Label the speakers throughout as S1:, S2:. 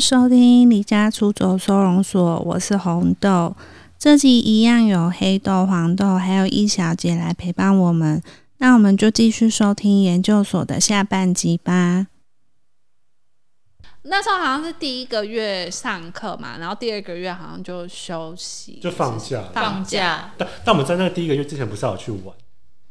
S1: 收听离家出走收容所，我是红豆。这集一样有黑豆、黄豆，还有易小姐来陪伴我们。那我们就继续收听研究所的下半集吧。
S2: 那时候好像是第一个月上课嘛，然后第二个月好像就休息，
S3: 就放假了。
S2: 放
S4: 放
S2: 假。
S4: 假，
S3: 但但我们在那个第一个月之前不是还有去玩？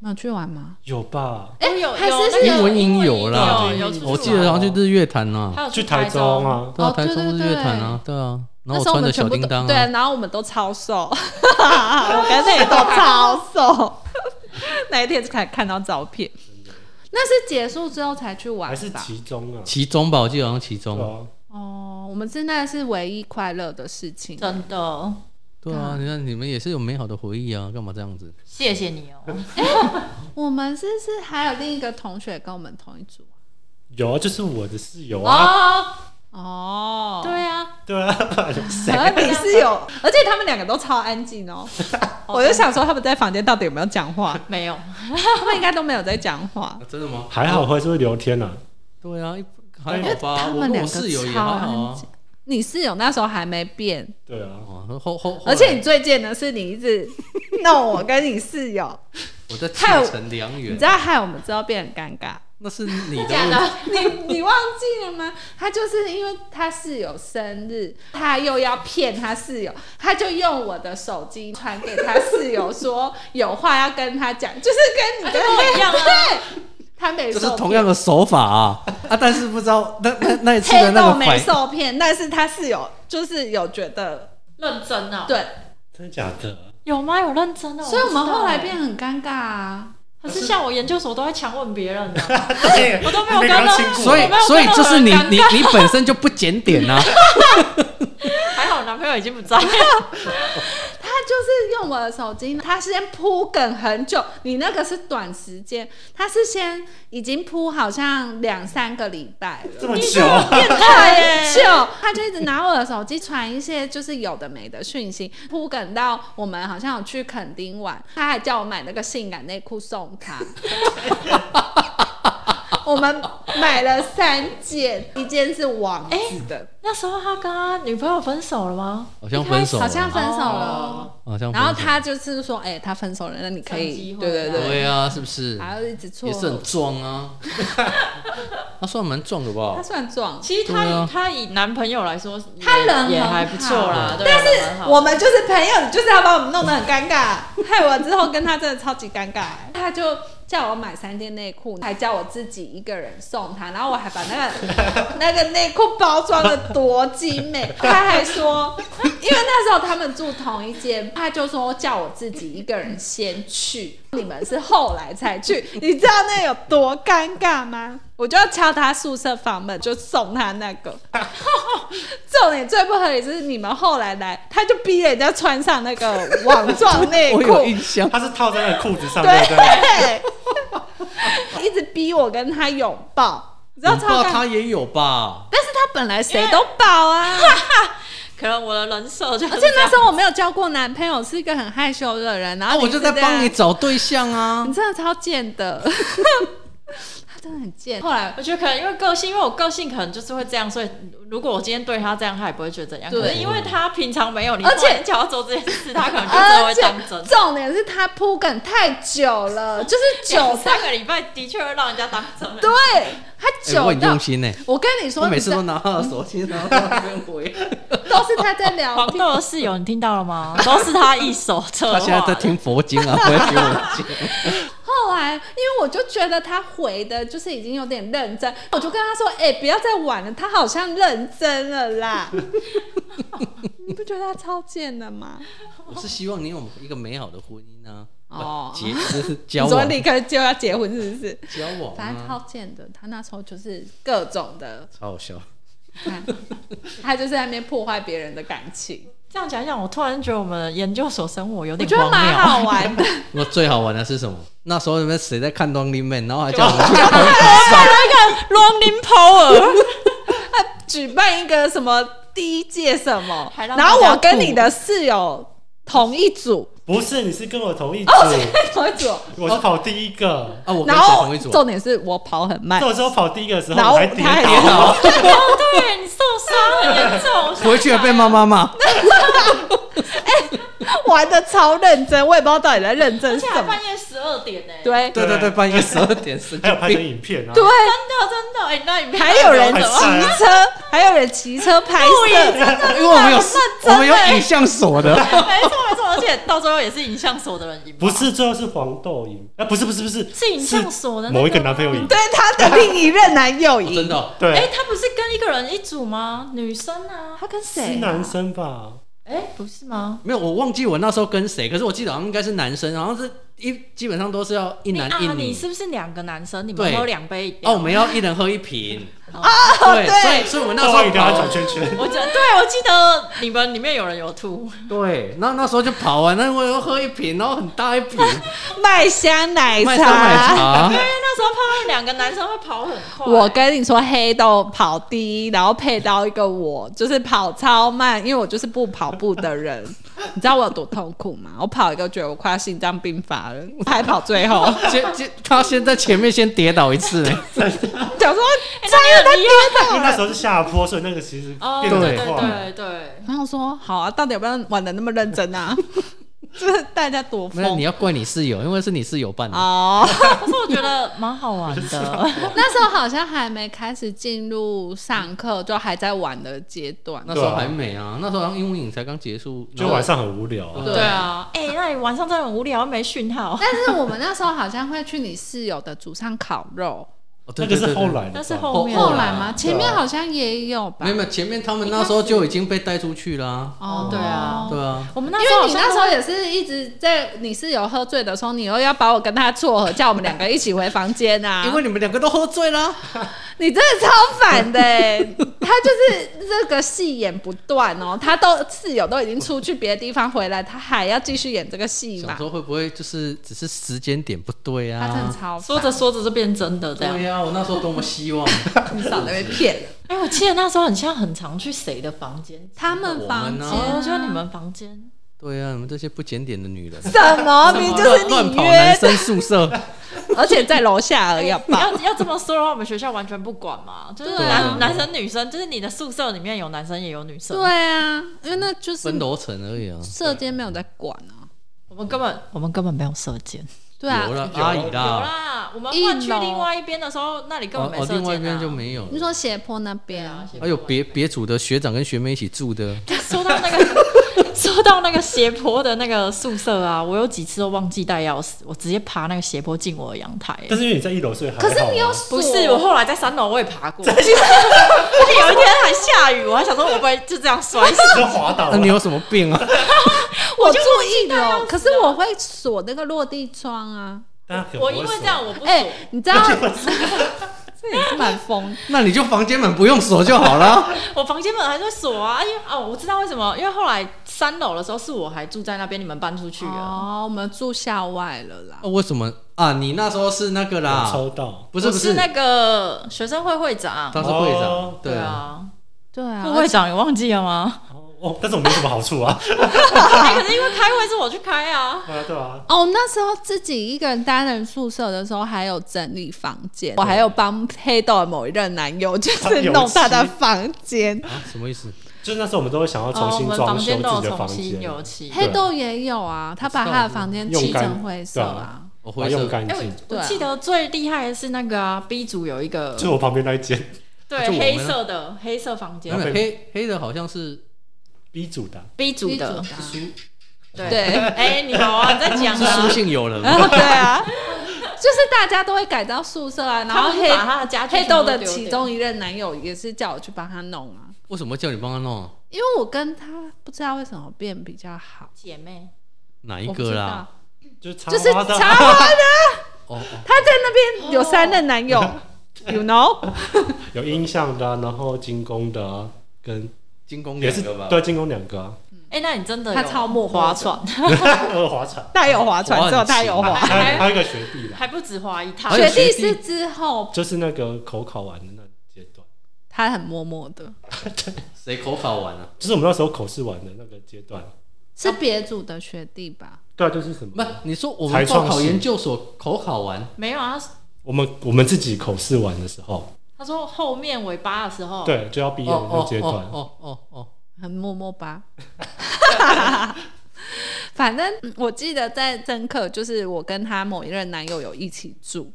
S2: 那有去玩吗？
S3: 有吧？
S4: 哎，有
S2: 还是
S4: 有
S2: 是
S4: 那个
S5: 英文营有啦
S4: 有有出去玩
S5: 我记得好像去日月潭啊，
S4: 还有
S3: 去台
S4: 台
S3: 中，啊，
S5: 对啊，
S2: 哦对
S5: 台中日
S2: 对对
S5: 月潭啊，对啊。然
S2: 那
S5: 后
S2: 时候
S5: 穿着
S2: 们全
S5: 小
S2: 部
S5: 叮
S2: 都
S5: 当
S3: 嗯
S2: 对，
S5: 啊，
S2: 然后我们都 超瘦，我跟那都超瘦。 那一天才看到照片，那是结束之后才去玩
S3: 还是
S2: 吧？
S3: 其中啊？
S5: 其中吧，我记得好像其
S3: 对
S5: 中。
S3: 啊，
S2: 哦，我们现在是唯一快乐的事情。
S4: 真的，
S5: 对啊，你看你们也是有美好的回忆啊，干嘛这样子？
S4: 谢谢你哦。
S2: 我们是是还有另一个同学跟我们同一组
S3: 有啊，就是我的室友啊，
S4: 哦，
S2: 哦，
S4: 对啊，
S3: 对啊，谁
S2: 而你是有， 而且他们两个都超安 静哦。我就想说他们在房间到底有没有讲话？
S4: 没有，
S2: 他们应该都没有在讲话。
S5: 啊真的吗？
S3: 还好会是会聊天啊，
S5: 对啊，一还好吧。
S2: 哎
S5: 我
S2: 因为他们
S5: 跟
S2: 两
S5: 我
S2: 个
S5: 室友也
S2: 超
S5: 还好
S2: 安
S5: 啊
S2: 静。你室友那时候还没变，
S3: 对啊，
S5: 哦，后后后，
S2: 而且你最贱的是，你一 直弄我跟你室友，
S5: 我在赤
S2: 害我
S5: 城良
S2: 你
S5: 缘
S2: 知，道害我们之后变很尴 尬。
S5: 那是你的
S4: 假
S5: 问题。
S2: 啊
S4: 的，
S2: 你你忘记了吗？他就是因为他室友生日，他又要骗他室友，他就用我的手机传给他室友说有话要跟他讲，就是跟你的
S4: 啊就跟我一样啊
S2: 对，他没
S5: 这
S2: 受
S5: 是
S2: 骗
S5: 同样的手法啊啊！但是不知道那那那一次的
S2: 黑
S5: 那
S2: 豆
S5: 个
S2: 没
S5: 反应，
S2: 受骗，但是他室友就是有觉得
S4: 认真哦。，
S2: 对，
S3: 真的假的？
S4: 有吗？有认真哦。
S2: 所以我们
S4: 不知道
S2: 后来
S4: 哎
S2: 变，很尴尬啊。
S4: 可是像我研究所都在强问别人的，
S3: 对，
S4: 我都没有跟
S3: 那个
S4: 到
S3: 要清楚
S5: 所以
S4: 我没有
S5: 所以
S4: 看到
S5: 就是
S4: 很
S5: 你
S4: 尴
S5: 你你本身就不检点啊。
S4: 还好我男朋友已经不在。
S2: 他就是用我的手机，他先铺梗很久，你那个是短时间，他是先已经铺好像两三个礼拜了。
S3: 这么久啊，
S2: 变态耶！就他就一直拿我的手机传一些就是有的没的讯息，铺梗到我们好像有去垦丁玩，他还叫我买那个性感内裤送他。我们买了三件，一件是网
S4: 哎
S2: 子的，
S4: 那时候他跟他女朋友分手了吗？
S5: 好像分手了，
S2: 好像分手了。
S4: 哦，
S5: 好像分手了。
S2: 然后他就是说，哎、他分手了，那你可
S4: 趁
S2: 以，
S4: 机会
S2: 对对
S4: 这样
S2: 对，
S5: 对啊，是不是？
S2: 还要一直错
S5: 也，是很壮啊， 他算蛮壮的吧
S2: 他？算壮，
S4: 其实他
S5: 对
S4: 以
S5: 啊
S4: 他以男朋友来说，
S2: 他
S4: 也
S2: 人很
S4: 也还不错啦
S2: 好，
S4: 对啊
S2: 但
S4: 人很
S2: 是
S4: 好
S2: 我们就是朋友，你就是要把我们弄得很尴尬，害我之后跟他真的超级尴尬。他就叫我买三件内裤，还叫我自己一个人送他，然后我还把那 个那个内裤包装的多精美。他还说，因为那时候他们住同一间，他就说叫我自己一个人先去，你们是后来才去，你知道那有多尴尬吗？我就要敲他宿舍房门，就送他那个。重点最不合理就是你们后来来，他就逼人家穿上那个 网状内
S5: 我
S2: 裤，
S5: 有印象，
S3: 他是套在那个裤子上，对不对？
S2: 对， 一直逼我跟他拥抱，你知道
S5: 我
S2: 超
S5: 爸
S2: 尴
S5: 哦
S2: 尬。
S5: 他也有吧？
S2: 但是他本来谁都 抱啊，
S4: 可能我的人设就是
S2: 而且那时
S4: 候
S2: 候我没有交过男朋友，是一个很害羞的人，然
S5: 啊，
S2: 后
S5: 我就在帮你
S2: 是
S5: 找对象
S2: 这样，
S5: 啊
S2: 你。真的超贱的， 他真的很贱。后来
S4: 我觉得可能因为个性，因为我个性可能就是会这样，所以如果我今天对他这样，他也不会觉得怎样。
S2: 对
S4: 可是因为他平常没有你，
S2: 而且
S4: 叫他做这件事，他可能就真的
S2: 而
S4: 会
S2: 且
S4: 当真。
S2: 重点是他铺梗太久 了，就是久
S4: 两
S2: 到
S4: 三个礼拜的确会让人家当真。
S2: 对他
S5: 哎我
S2: 久
S5: 很
S2: 到
S5: 用，心呢，
S2: 我跟你说，
S5: 我每次
S2: 你知道
S5: 都拿他的手机，然后在那边 回。
S2: 都是他在 聊
S4: 黄
S2: 天。
S4: 豆的室友，你听到了吗？ 都是他一手策划。
S5: 他现在在听佛经啊，不会听我经。
S2: 后来，因为我就觉得他回的就是已经有点认真，我就跟他说：“哎、不要再玩了，他好像认真了啦。” 你不觉得他超贱的吗？
S5: 我是希望你有一个美好的婚姻啊，
S2: 哦
S5: 结就是交
S2: 你说
S5: 往啊
S2: 立刻就要结婚是不是？
S5: 交往
S2: 反正
S5: 啊，
S2: 超贱的，他那时候就是各种 的，
S5: 超好笑。
S2: 看他就是在那边破坏别人的感情，
S4: 这样讲一讲，我突然觉得我们研究所生活有
S2: 我
S4: 点
S2: 觉得
S4: 荒
S2: 蛮好
S4: 谬。
S2: 玩的。
S5: 我最好玩的是什么？那时候你们谁在看《Running Man》，然后还叫我们去
S4: Running Power，
S2: 举办一个什么第一届什么，
S4: 还让
S2: 然后
S4: 大家
S2: 我跟
S4: 吐
S2: 你的室友同一组，
S3: 不是，你是跟我同一组，
S2: 同一组。
S3: 我是跑第一个。
S5: 啊，我跟
S2: 然
S5: 谁
S2: 后
S5: 同一组啊？
S2: 重点是我跑很慢
S3: 那，我说跑第一个的时候，
S2: 然后
S3: 我还跌
S2: 他还
S3: 倒，
S4: 哦，对你受啊，很严重。我想
S5: 回去还被妈妈骂。
S2: 玩的超认真，我也不知道到底在认真
S4: 而
S2: 什
S4: 且还
S2: 么。
S4: 半夜十二点呢、
S2: 对，
S5: 对对对，半夜十二点神
S3: 还有
S5: 经
S3: 拍成
S5: 病，
S3: 影片啊，
S2: 对，
S4: 真的真的，哎、那你
S2: 还有人
S3: 还
S2: 骑
S3: 晒啊
S2: 车，还有人骑车拍
S4: 录影
S2: 摄，
S5: 因为我们有
S4: 真的欸
S5: 我们有影像锁的，
S4: 没错没错，而且到最后也是影像所的人赢嘛，
S3: 不是最后是黄豆赢，啊不是不是不是
S4: 是影像所的那
S3: 某一个
S4: 吗
S3: 男朋友赢，
S2: 对他的另一任男友赢。
S5: 真的哦。
S4: 哎、
S3: 对，
S4: 他不是跟一个人一组吗？女生啊，
S2: 他跟
S3: 是
S2: 谁、啊？
S3: 男生吧？
S4: 哎、不是吗？
S5: 没有，我忘记我那时候跟谁，可是我记得好像应该是男生，然后是一基本上都是要一
S4: 你
S5: 男
S4: 啊
S5: 一，
S4: 你
S5: 女，
S4: 是不是两个男生？你们
S5: 对
S4: 喝两杯饮料
S5: 哦，我们要一人喝一瓶。
S4: 哦
S5: 对，
S2: 对
S5: 所以所以我们那
S3: 那我一定
S5: 时
S3: 要
S5: 候
S3: 转
S5: 跑，啊
S3: 圈 圈，
S4: 我记得，对我记得你们里面有人有 吐，
S5: 对，然后那时候就跑完，那我又喝一瓶，然后很大一瓶
S2: 麦香奶
S5: 麦香奶茶
S4: 因，为那时候泡面两个男生会跑很快。
S2: 我跟你说，黑豆跑第一，然后配到一个我，就是跑超慢，因为我就是不跑步的人。你知道我有多痛苦吗？我跑一个，觉得我快要心脏病发了，我还跑最后，
S5: 先先他先在前面先跌倒一 次呢，
S2: 想说
S4: 哎、那你很厉害。
S3: 因为那时候是下坡，所以那个其实
S4: 哦，
S3: 变
S4: 对
S3: 得
S4: 对
S3: 很快。
S4: 对对，
S2: 然后我说好啊，到底有没有玩的那么认真 啊？就是大家多
S5: 没有你
S2: 疯
S5: 要怪你室友，因为是你室友办的。
S2: 哦。
S4: 可是我觉得蛮好玩 的。
S2: 那时候好像还没开始进入上课，就还在玩的阶段。
S5: 那时候还没啊，那时候好像英文影才刚结束，
S3: 就晚上很无聊啊，
S5: 对
S4: 对啊，哎、那你晚上真的很无聊，没讯号。
S2: 但是我们那时候好像会去你室友的煮上烤肉，
S5: 哦，对
S3: 那个
S5: 对
S3: 是
S5: 对对
S3: 后来的吧，
S4: 但是
S5: 后
S4: 后面
S2: 哦后
S5: 啦啊
S2: 来吗？前面好像也有吧
S5: 没。有没有，前面他们那时候就已经被带出去啦、
S2: 哦
S4: 对啊
S5: 对啊，
S4: 我们
S2: 因
S4: 那时候
S2: 为
S4: 好
S2: 你
S4: 像
S2: 那时候也是一直在你室友喝醉的时候，你又要把我跟他撮合，叫我们两个一起回房间啊！
S5: 因为你们两个都喝醉啦，
S2: 你真的超反的、欸，他就是这个戏演不断哦，他都室友都已经出去别的地方回来，他还要继续演这个戏
S5: 想
S2: 嘛，
S5: 说会不会就是只是时间点不对
S2: 他真的
S5: 啊？
S2: 超
S4: 说着说着就变真的这样
S5: 对。呀、啊我那时候多么希望
S2: 你少在被骗了，
S4: 哎、我记得那时候很像很常去谁的房间，
S2: 他们房间、
S5: 我
S4: 哦，就你们房间，
S5: 对啊呀、你们这些不检点的女人，
S2: 什么？
S4: 什么
S2: 你就
S5: 乱
S2: 是
S5: 乱
S2: 你
S5: 跑男
S2: 约
S5: 生宿舍，
S2: 的，而且在楼下而已，要
S4: 你
S2: 吧？
S4: 要要这么说的话，我们学校完全不管嘛，就是
S5: 对啊
S4: 男男生女生，就是你的宿舍里面有男生也有女生，
S2: 对，啊，因为那就是
S5: 分楼层而已啊。
S2: 射箭没有在管啊，
S4: 我们根本我们根本没有射箭，
S2: 对啊
S5: 有，啦，
S3: 有
S5: 阿姨
S4: 有
S5: 啦，
S4: 啦，我们换去
S2: 一楼
S4: 另外一边的时候，那里根
S5: 哦
S4: 本没
S5: 哦，
S4: 射
S5: 另外一
S4: 箭
S5: 边
S4: 啊
S5: 就。没有
S2: 你
S5: 了。
S2: 说斜坡那边啊，
S5: 还有别别组的学长跟学妹一起住的，
S4: 说到那个， 说到那个斜坡的那个宿舍啊，我有几次都忘记带钥匙，我直接爬那个斜坡进我的阳台、
S3: 但是因为你在一楼，所以还好
S2: 可
S3: 啊。
S2: 是你有
S4: 不
S2: 锁
S4: 是，我后来在三楼我也爬过，而且 有一天还下雨，我还想说我会不会就这样摔死。
S3: 就滑倒
S5: 那、
S3: 了。
S5: 你有什么病啊？
S2: 我住一楼，哦可是我会锁那个落地窗啊。
S3: 大家可能不
S4: 我
S3: 会
S4: 因
S3: 说
S4: 为这样我不
S2: 哎、
S4: 锁，
S2: 你知 道，这也是蛮疯。
S5: 那你就房间门不用锁就好了。
S4: 我房间门还是会锁啊，因为哦我知道为什么，因为后来三楼的时候是我还住在那边，你们搬出去了。
S2: 哦，我们住校外了啦
S5: 啊，。为什么啊？你那时候是那个啦，
S3: 抽到，
S5: 不是
S4: 我
S5: 不
S4: 是那个学生会会长，
S5: 他是会长，
S3: 哦
S5: 对，
S4: 啊，
S2: 对啊，
S4: 副会长你忘记了 吗？
S3: 哦，但是我没什么好处啊。
S4: 哎可是因为开会是我去开啊，
S3: 对啊，对啊，
S2: 哦，那时候自己一个人单人宿舍的时候，还有整理房间，我还有帮黑豆的某一任男友，就是弄他的房间。
S5: 啊，什么意思？
S3: 就是那时候我们都会想要重
S4: 哦，我
S3: 新
S4: 们
S3: 装
S4: 房
S3: 修
S4: 间都有
S3: 自己的
S4: 重
S3: 房
S4: 新
S3: 间，
S4: 油漆。
S2: 黑豆也有啊，他把他的房间漆成灰色啊。
S5: 我
S3: 把
S5: 回
S3: 它
S5: 色
S3: 用干
S4: 哎，
S3: 净。
S4: 我我记得最厉害的是那个啊，B 组有一个
S3: 就是我旁边那一间
S4: 对
S5: 就我们嗯
S4: 黑色的黑色房
S5: 没有
S4: 间
S5: 没有黑黑的好像是
S3: B 组的，
S4: ，B 组
S2: 地主
S4: 的
S2: 啊，
S4: 对
S2: 对
S4: 哎，你好啊，你在讲
S5: 是书
S4: 啊，
S5: 信友人吗，
S2: 啊，对啊，就是大家都会改造宿舍啊，然
S4: 他
S2: 后
S4: 们
S2: 黑
S4: 把他的家具
S2: 黑
S4: 全部
S2: 豆
S4: 都
S2: 的
S4: 丢
S2: 其
S4: 掉
S2: 中一任男友也是叫我去帮他弄啊，
S5: 为什么叫你帮他弄啊？
S2: 因为我跟他不知道为什么变比较好，
S4: 姐妹，
S5: 哪一
S2: 我不
S5: 个
S2: 知
S5: 啦
S2: 道？，
S3: 就是插
S2: 就是
S3: 花的啊
S2: 插花的，
S5: 哦哦，
S2: 他在那边有三 任男友，you know，
S3: 有音像的啊，然后精工的啊，跟
S5: 金工
S3: 也
S5: 两
S3: 是
S5: 个吧，
S3: 对精工两个啊，
S4: 哎，那你真的
S2: 他
S4: 有
S2: 超默
S4: 划
S2: 划
S4: 船，
S3: 二划船，
S2: 他有划船，只有他有 划。
S4: 还
S3: 还有
S4: 还
S3: 还有一个学弟啦，
S4: 还不止划一趟
S5: 还，有
S2: 学弟
S5: 学弟
S2: 是之后，
S3: 就是那个口考完的那阶段，
S2: 他很默默的，
S5: 谁口考完啊了？
S3: 就是我们那时候口试完的那个阶段。
S2: 是别组的学弟吧？
S3: 对啊，就是什
S5: 不
S3: 么？，
S5: 你说我们
S3: 才
S5: 报
S3: 创
S5: 考
S3: 新
S5: 研究所口考完，
S4: 没有啊，
S3: 我们我们自己口试完的时候，
S4: 他说后面尾巴的时候，，
S3: 对，就要毕业的那个阶段，
S5: 哦哦哦，
S2: 很默 默吧。反正嗯我记得在政客，就是我跟她某一任男友有一起住，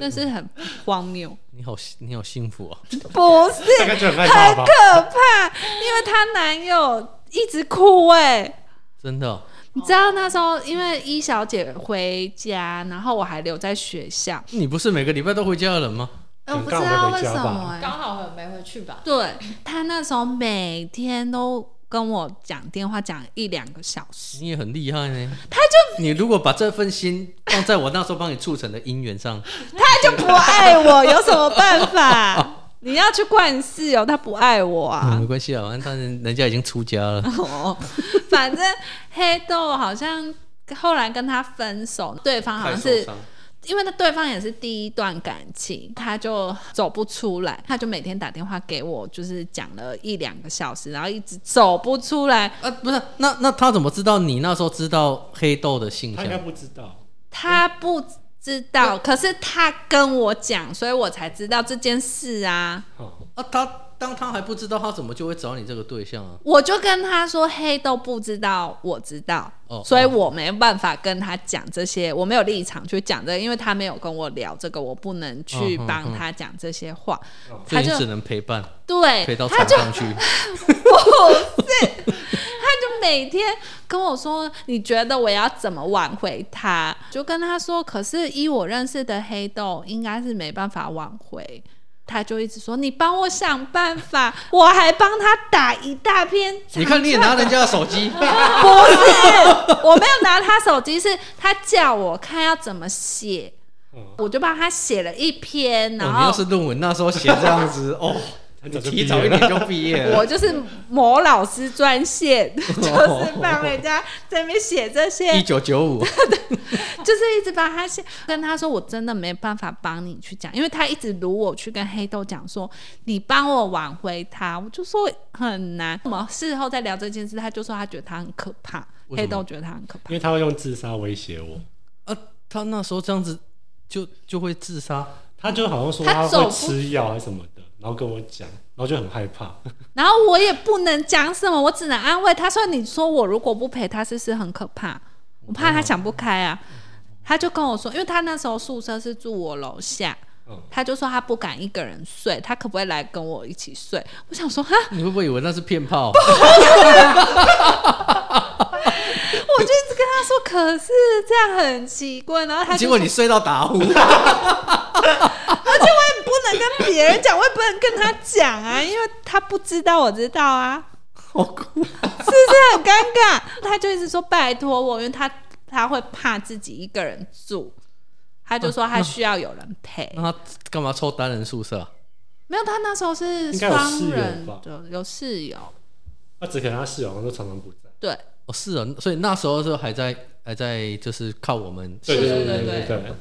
S2: 但是很荒谬，
S5: 你好，你好幸福哦。
S2: 不是
S3: 大概就很害怕吧。
S2: 可怕，因为她男友一直哭哎、
S5: 真的哦、
S2: 你知道那时候因为一小姐回家，然后我还留在学校，
S5: 你不是每个礼拜都回家的人吗？
S2: 哎、我不知
S3: 刚好
S2: 道
S3: 没
S2: 为
S3: 回
S2: 什
S3: 家吧
S2: 么、哎。
S4: 刚好很没回去吧？
S2: 对她那时候每天都跟我讲电话，讲一两个小时。
S5: 你也很厉害呢。他就你如果把这份心放在我那时候帮你促成的姻缘上，
S2: 他就不爱 我，有什么办法？你要去灌室哦，他不爱我
S5: 嗯
S2: 啊。
S5: 没关系啊，反正但是人家已经出家
S3: 嗯
S5: 了。
S2: 哦，反正黑豆好像后来跟他分手，对方好像是因为那对方也是第一段感情，他就走不出来，他就每天打电话给我，就是讲了一两个小时，然后一直走不出来。
S5: 啊，不是，那那他怎么知道你那时候知道黑豆的性
S3: 他应该
S5: 向？
S3: 不知道，
S2: 他不知道，可是他跟我讲，所以我才知道这件事啊。
S3: 哦
S5: 啊，他当他还不知道，他怎么就会找你这个对象啊？
S2: 我就跟他说黑豆不知道，我知道，
S5: 哦
S2: 所以我没办法跟他讲这些，我没有立场去讲这个，因为他没有跟我聊这个，我不能去
S5: 嗯嗯
S2: 帮他讲这些话。
S3: 哦
S5: 所以你
S2: 他就
S5: 只能陪伴，
S2: 对，
S5: 陪到
S2: 他
S5: 床
S2: 就
S5: 上去。
S2: 他就每天跟我说，你觉得我要怎么挽回他？就跟他说，可是依我认识的黑豆，应该是没办法挽回。他就一直说，你帮我想办法， 我还帮他打一大篇。
S5: 你看，你也拿人家的手机，哦
S2: 不是，我没有拿他手机，是他叫我看要怎么写，
S3: 嗯，
S2: 我就帮他写了一篇，
S5: 哦
S2: 然
S5: 你要
S2: 后
S5: 是论文那时候写这样子，哦，
S3: 很
S5: 你
S3: 早就
S5: 提
S3: 毕
S5: 早
S3: 业
S5: 一
S3: 了
S5: 点就毕业了。
S2: 我就是某老师专 线，就是帮人家在那边写这些
S5: 一，九九五，
S2: 就是一直帮他写，跟他说我真的没办法帮你去讲，因为他一直撸我去跟黑豆讲说你帮我挽回他，我就说很难。我们事后再聊这件事，他就说他觉得他很可怕，
S5: 为什
S2: 黑
S5: 么
S2: 豆觉得他很可怕
S3: 因。为他会用自杀威胁我，
S5: 啊，他那时候这样子就就会自杀。
S3: 他就好像说
S2: 他
S3: 他
S2: 走不
S3: 会吃药还是什么的，然后跟我讲，然后就很害怕，
S2: 然后我也不能讲什么，我只能安慰他说：“你说我如果不陪他，是不是很可怕？我怕他想不开啊。”他就跟我说，因为他那时候宿舍是住我楼下，
S3: 嗯，
S2: 他就说他不敢一个人睡，他可不可以来跟我一起睡？我想说哈，
S5: 你会不会以为那是骗 炮？
S2: 我就一直跟他说，可是这样很奇怪。然后他
S5: 结
S2: 就
S5: 果
S2: 说
S5: 你睡到打呼，
S2: 不能跟别人讲，我也不能跟他讲啊，因为他不知道，我知道啊。
S5: 好酷！
S2: 是不是很尴尬？他就一直说拜托我，因为他他会怕自己一个人住，他就说他需要有人陪。
S3: 嗯
S5: 那他干嘛抽单人宿舍啊？
S2: 没有，他那时候是
S3: 应该有
S2: 双
S3: 室友
S2: 人
S3: 吧
S2: 的，有室友，
S3: 他只可能他室友好像都常常不在，
S2: 对，
S5: 哦，是啊，所以那时候是还在还在就是靠我们
S3: 对对
S2: 对
S3: 对
S2: 对
S3: 对对，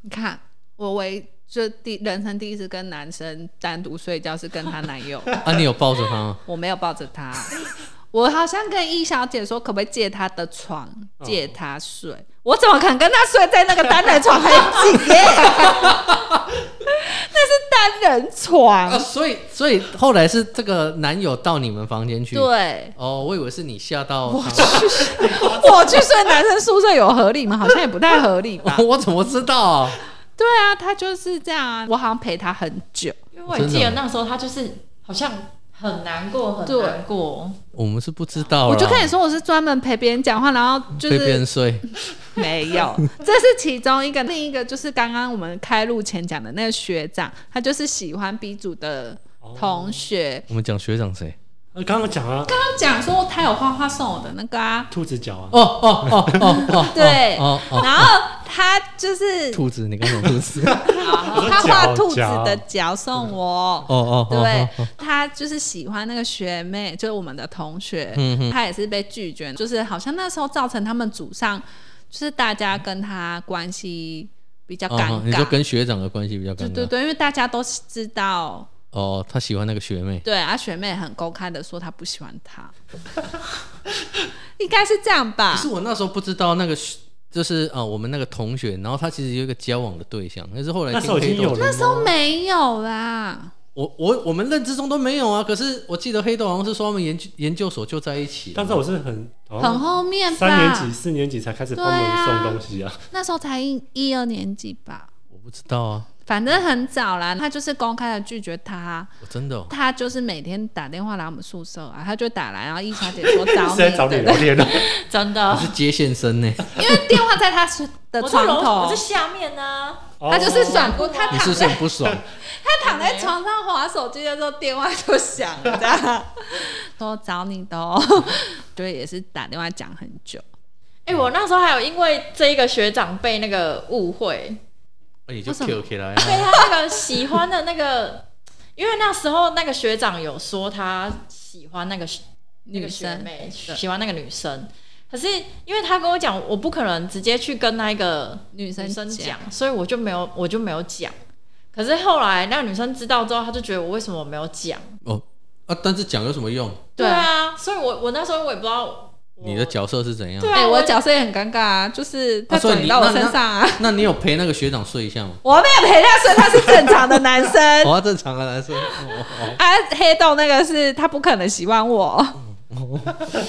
S2: 你看我唯就第人生第一次跟男生单独睡觉是跟她男友，
S5: 啊，你有抱着他吗？
S2: 我没有抱着他， 我好像跟易小姐说可不可以借她的床借她睡，我怎么可能跟她睡在那个单人床很挤耶？ 那是单人
S5: 啊，
S2: 床，
S5: 所以所以后来是这个男友到你们房间去，，
S2: 对。
S5: 哦，我以为是你吓到他，。
S2: 我去睡男生宿舍有合理吗？好像也不太合理吧
S5: 我怎么知道啊？
S2: 对啊，他就是这样啊。我好像陪他很久，
S4: 因为我也记得那时候他就是好像很难过，很
S2: 对
S4: 难过。
S5: 我们是不知道啦，
S2: 我就跟你说我是专门陪别人讲话，然后就
S5: 被别
S2: 是
S5: 人睡，
S2: 没 有，这是其中一个。另一个就是刚刚我们开录前讲的那个学长，他就是喜欢 B 组的同学。
S5: 我们讲学长谁？
S3: 呃刚刚讲啊，
S2: 刚刚讲说他有画画送我的那个啊，
S3: 兔子脚啊，
S5: 哦哦哦哦哦，
S2: 对
S5: 哦哦，
S2: 然后他就是
S5: 兔子，你刚讲兔 子，
S3: 说
S2: 他画
S3: 脚
S2: 兔子
S3: 脚
S2: 的脚送我。
S5: 哦哦，哦
S2: 对，他就是喜欢那个学妹，就是我们的同学，
S5: 嗯哼
S2: 他也是被拒绝，就是好像那时候造成他们组上，就是大家跟他关系比较
S5: 哦
S2: 尴
S5: 哦你
S2: 尬。
S5: 说跟学长的关系比较尴
S2: 对
S5: 尬，
S2: 对对，因为大家都知道，
S5: 哦，他喜欢那个学妹，
S2: 对啊，学妹很公开的说她不 喜欢他，应该是这样吧啊
S5: 可？是我那时候不知道那个学就是呃，我们那个同学，然后他其实有一个交往的对象，但是后来
S3: 那时候已经有
S5: 了，
S3: 人
S2: 那时候
S3: 吗
S2: 没有啦，
S5: 我我我们认知中都没有啊。可是我记得黑豆好像是说他们研究研究所就在一起了，
S3: 但是我是很好像
S2: 很后面
S3: 三年级、
S2: 吧，
S3: 四年级才开始
S2: 对
S3: 帮忙
S2: 啊
S3: 送东西啊。
S2: 那时候才一一二年级吧，
S5: 我不知道啊，
S2: 反正很早啦。他就是公开的拒绝他，
S5: 我真的、哦、
S2: 他就是每天打电话来我们宿舍啊，他就打来，然后一小姐说找
S3: 是在
S2: 你，
S3: 找你
S2: 对啊
S3: 聊
S2: 对，
S3: 天啊的，
S4: 真
S5: 我
S4: 的。
S5: 是接线生呢、
S2: 因为电话在他的
S4: 我在
S2: 床
S4: 楼，我
S2: 头
S4: 在，下面啊呢、
S2: 他
S3: 哦
S2: 就是转过，他
S5: 你
S2: 躺
S5: 是不是
S2: 在
S5: 很不爽？
S2: 他躺在床上划手机的时候，电话就响了，这样说找你的哦， 对，也是打电话讲很久。
S4: 哎、我那时候还有因为这一个学长被那个误会，
S5: 哎那你就
S2: 为什么
S5: Q 起来
S4: 被
S5: 啊！
S4: 他那个喜欢的那个， 因为那时候那个学长有说他喜欢那个学那个
S2: 女
S4: 学
S2: 生
S4: 妹，
S2: 对
S4: 喜欢那个女生。可是因为他跟我讲，我不可能直接去跟那个
S2: 女生
S4: 女生
S2: 讲
S4: 讲，所以我就没有，我就没有讲。可是后来那个女生知道之后，她就觉得我为什么没有讲？
S5: 哦啊，但是讲有什么用？
S2: 对
S4: 对啊，所以我我那时候我也不知道我
S5: 你的角色是怎样？
S4: 对
S2: 哎、
S4: 啊，
S2: 我的角色也很尴尬啊，就是他
S5: 啊所以
S2: 转
S5: 你
S2: 移到我
S5: 那
S2: 身
S5: 那
S2: 上啊。
S5: 那你有陪那个学长睡一下吗？
S2: 我没有陪他睡，他是正常的男 生。
S5: 哦，正常啊，男生。哦
S2: 啊，黑洞那个是他不可能喜欢我，
S5: 哦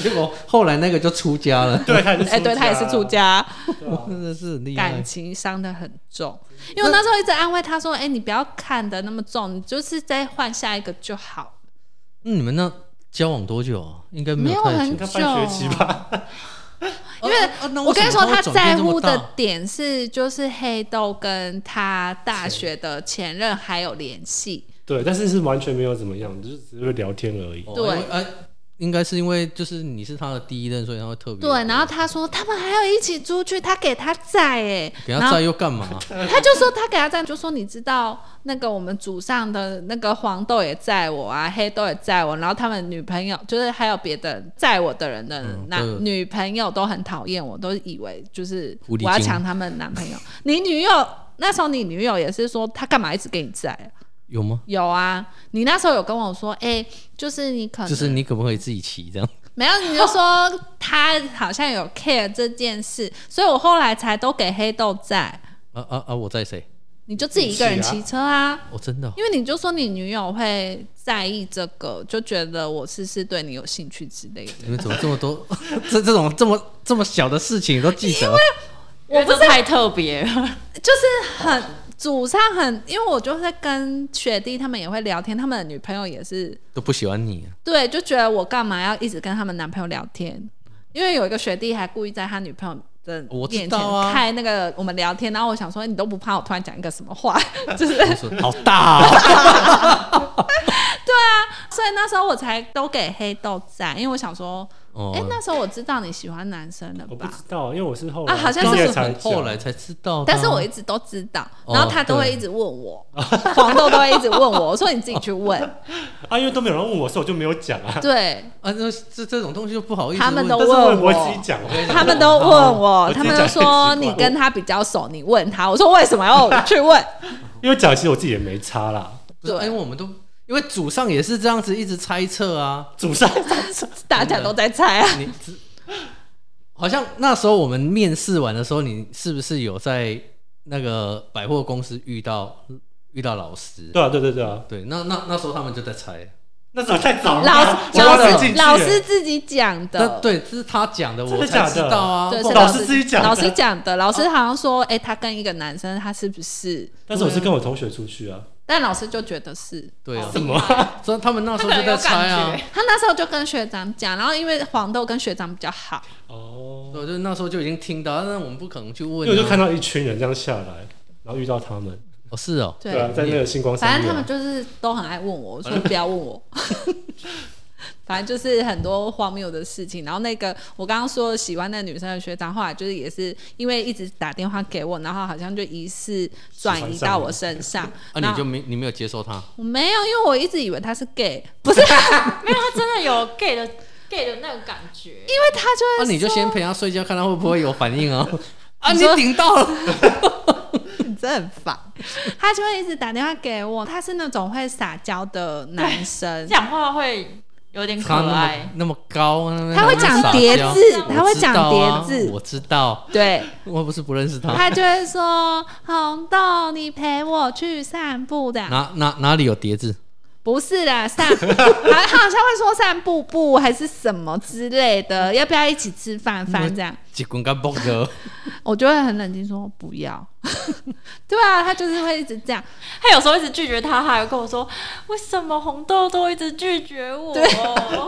S5: 结果后来那个就出家了，
S3: 对，他也是，
S2: 哎、对他也是出，家，
S3: 对啊
S5: 真的是很厉害
S2: 感。情伤得很重。因为我那时候一直安慰他说：“哎、你不要看得那么重，你就是再换下一个就好。
S5: 那嗯你们那交往多久啊？应该没
S2: 没有
S5: 太
S2: 很
S5: 久
S3: 应。该半学期吧，
S2: 因为
S5: 啊啊那
S2: 我跟你
S5: 为什
S2: 说，
S5: 么会
S2: 他
S5: 转
S2: 在
S5: 变这
S2: 乎
S5: 么大
S2: 的点是，就是黑豆跟他大学的前任还有联系。
S3: 对，但是是完全没有怎么样，就是只是会聊天而已。
S5: 哦
S2: 对
S5: 因为哎，应该是因为就是你是他的第一任，所以他会特别
S2: 对，然后他说他们还有一起出去，他给他载哎、
S5: 给
S2: 然
S5: 他
S2: 后
S5: 在又干嘛？
S2: 他就说他给他在，就说你知道那个我们组上的那个黄豆也在我啊，黑豆也在我，然后他们女朋友就是还有别的在我的人的
S5: 嗯
S2: 男、
S5: 都有
S2: 女朋友都很讨厌我，都以为就是
S5: 狐狸
S2: 我要
S5: 精
S2: 抢他们男朋友。你女友那时候你女友也是说她干嘛一直给你在啊？
S5: 有吗？
S2: 有啊，你那时候有跟我说，哎、就是你可能
S5: 就是你可不可以自己骑这样？
S2: 没有，你就说他好像有 care 这件事，所以我后来才都给黑豆在，
S5: 啊啊啊！我在谁？
S2: 你就自己一个人骑车啊。
S5: 哦，真的哦。
S2: 因为你就说你女友会在意这个，就觉得我是不是对你有兴趣之类的。
S5: 你们怎么这么多 这这种这么这么小的事情都记得？
S4: 我不是太特别了，
S2: 就是很祖上很，因为我就会跟学弟他们也会聊天，他们的女朋友也是
S5: 都不喜欢你啊，
S2: 对，就觉得我干嘛要一直跟他们男朋友聊天？因为有一个学弟还故意在他女朋友。的
S5: 我知
S2: 面
S5: 道啊
S2: 前开那个我们聊天，然后我想说你都不怕我突然讲一个什么话， 就是
S5: 我说好大哦。
S2: 所以那时候我才都给黑豆在，因为我想说，
S5: 哦
S2: 哎、那时候我知道你喜欢男生了
S3: 我不
S2: 吧
S3: 知？道，因为我是后
S2: 啊好像
S3: 毕
S2: 是
S3: 业
S5: 是
S3: 才
S5: 很
S3: 讲
S5: 后来才知
S3: 哦
S5: 道的啊，
S2: 但是我一直都知道，
S5: 哦
S2: 然后他都会一直问我，黄豆都会一直问我，我说你自己 去问，
S3: 啊，因为都没有人问我，所以我就没有讲啊。
S2: 对
S5: 啊，那这这种东西就不好意思问。
S2: 他们都
S3: 但是我也
S2: 问
S3: 不会自己讲，啊
S2: 他们都问我，
S3: 哦我
S2: 他
S3: 自己讲
S2: 们都
S3: 很奇怪
S2: 说你跟他比较熟，你问他，我说为什么要我 去问？
S3: 因为讲其实我自己也没差啦，
S5: 不是
S2: 对
S5: 因为我们都因为祖上也是这样子一直猜测啊，
S3: 祖上
S2: 大家都在猜啊，
S5: 你只好像那时候我们面试完的时候，你是不是有在那个百货公司遇到遇到老师？
S3: 对啊，对对对啊，
S5: 对，那那那时候他们就在猜，
S3: 那时候太早了
S2: 老
S3: 吧，
S2: 师
S3: 哦我
S2: 老
S3: 挖人进
S2: 师
S3: 去
S2: 老师自己讲
S5: 那
S2: 的，
S5: 对，这是他讲的，
S3: 真的
S5: 我才
S3: 假
S5: 知
S3: 的
S5: 道啊。
S2: 对，
S5: 不
S2: 是
S5: 然
S3: 老师自己讲的哦
S2: 老师讲的，老师好像说，哎，他跟一个男生，他是不是？
S3: 但是我是跟我同学出去啊，
S2: 但老师就觉得是。
S5: 对啊
S3: 什，么啊
S5: 所以他们那时候就在猜 啊。
S2: 他那时候就跟学长讲，然后因为黄豆跟学长比较好，
S3: 哦，
S5: 对，就那时候就已经听到，但我们不可能去
S3: 因
S5: 问、
S3: 为
S5: 啊。
S3: 我就看到一群人这样下来，然后遇到他们，
S5: 哦，是哦，
S2: 对
S3: 对啊，在那个星光
S2: 反
S3: 三
S2: 正
S3: 月
S2: 他们
S3: 啊，
S2: 就是都很爱问我，我说不要问我。 反正就是很多荒谬的事情，然后那个我刚刚说喜欢那女生的学长，后来就是也是因为一直打电话给我，然后好像就疑似转移到我身上，
S5: 啊，
S2: 然
S5: 你
S2: 后
S5: 就没你没有接受他，
S2: 我没有，因为我一直以为他是 gay，不是，因
S4: 没有，他真的有 gay 的 gay 的那种感觉。
S2: 为他就
S5: 那、
S2: 会
S5: 啊、你就
S2: 说
S5: 先陪他睡觉，看他会不会有反应 啊。啊，
S2: 你
S5: 你
S2: 说
S5: 顶到了，
S2: 你 真的很烦，他就会一直打电话给我，他是那种会撒娇的男生，
S4: 讲话会有点可
S5: 他那么
S4: 爱。
S5: 那么高，那么
S2: 他会讲叠字
S5: 那么撒娇
S2: 他会讲叠字
S5: 啊我知道啊，
S2: 对，
S5: 我知道我不是不认识他。
S2: 他就会说：“红豆，你陪我去散步的。”
S5: 哪哪哪里有叠字？
S2: 不是啦，散， 好他好像会说散步步还是什么之类的，
S5: 嗯
S2: 要不要一起吃饭饭这样？
S5: 几滚干蹦 的，
S2: 我就会很冷静说不要。 对啊，他就是会一直这样，
S4: 他有时候一直拒绝他，他还跟我说：“为什么红豆都一直拒绝我？” 对，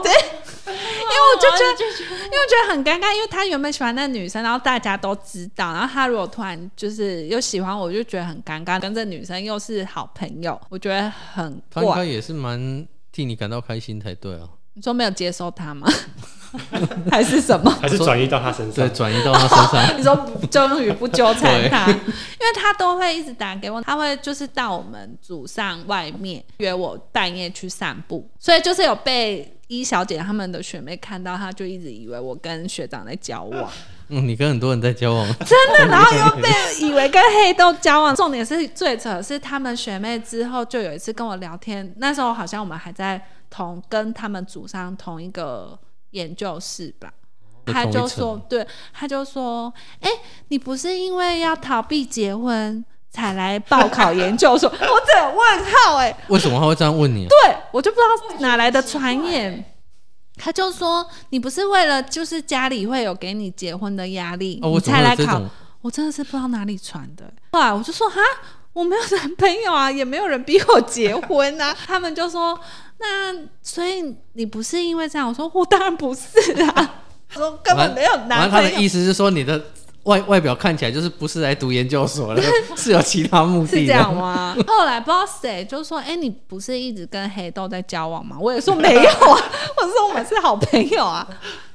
S2: 因为我就觉得，因为我觉得很尴尬，因为他原本喜欢那女生，然后大家都知道，然后他如果突然就是又喜欢我，我就觉得很尴尬，跟这女生又是好朋友，我觉得很
S5: 他应该
S2: 怪。
S5: 也是蛮替你感到开心才对啊。
S2: 你说没有接收他吗？ 还是什么？
S3: 还是转移到他身
S5: 对，
S3: 上？
S5: 转移到他身上，
S2: 你说不终于不纠缠
S5: 对
S2: 他，因为他都会一直打给我，他会就是到我们组上外面约我半夜去散步，所以就是有被一小姐他们的学妹看到，她就一直以为我跟学长在交往，
S5: 嗯，你跟很多人在交往，
S2: 真的， 然后又被以为跟黑豆交往。重点是最扯的是他们学妹之后就有一次跟我聊天，那时候好像我们还在同跟他们组上同一个研究室吧。
S5: 就
S2: 他
S5: 同一
S2: 就
S5: 层
S2: 说，对，他就说，哎、你不是因为要逃避结婚才来报考研究 所？我这问号哎、
S5: 为什么他会这样问你啊？
S2: 对我就不知道哪来的传 言。他就说，你不是为了就是家里会有给你结婚的压力，
S5: 哦，
S2: 你
S5: 我怎么
S2: 才
S5: 会
S2: 来
S5: 有这
S2: 考
S5: 种？
S2: 我真的是不知道哪里传的。后来我就说哈，我没有男朋友啊，也 没有人逼我结婚啊。 他们就说，那所以你不是因为这样？我说我当然不是啊， 我说根本没有
S5: 完
S2: 男朋
S5: 他的。
S2: 友
S5: 意思是说你的外外表看起来就是不是来读研究所 的，是有其他目
S2: 是
S5: 的
S2: 这样
S5: 的。
S2: 吗？后来不知道谁就说：“哎、你不是一直跟黑豆在交往吗？”我也说没有啊， 我说我们是好朋友啊。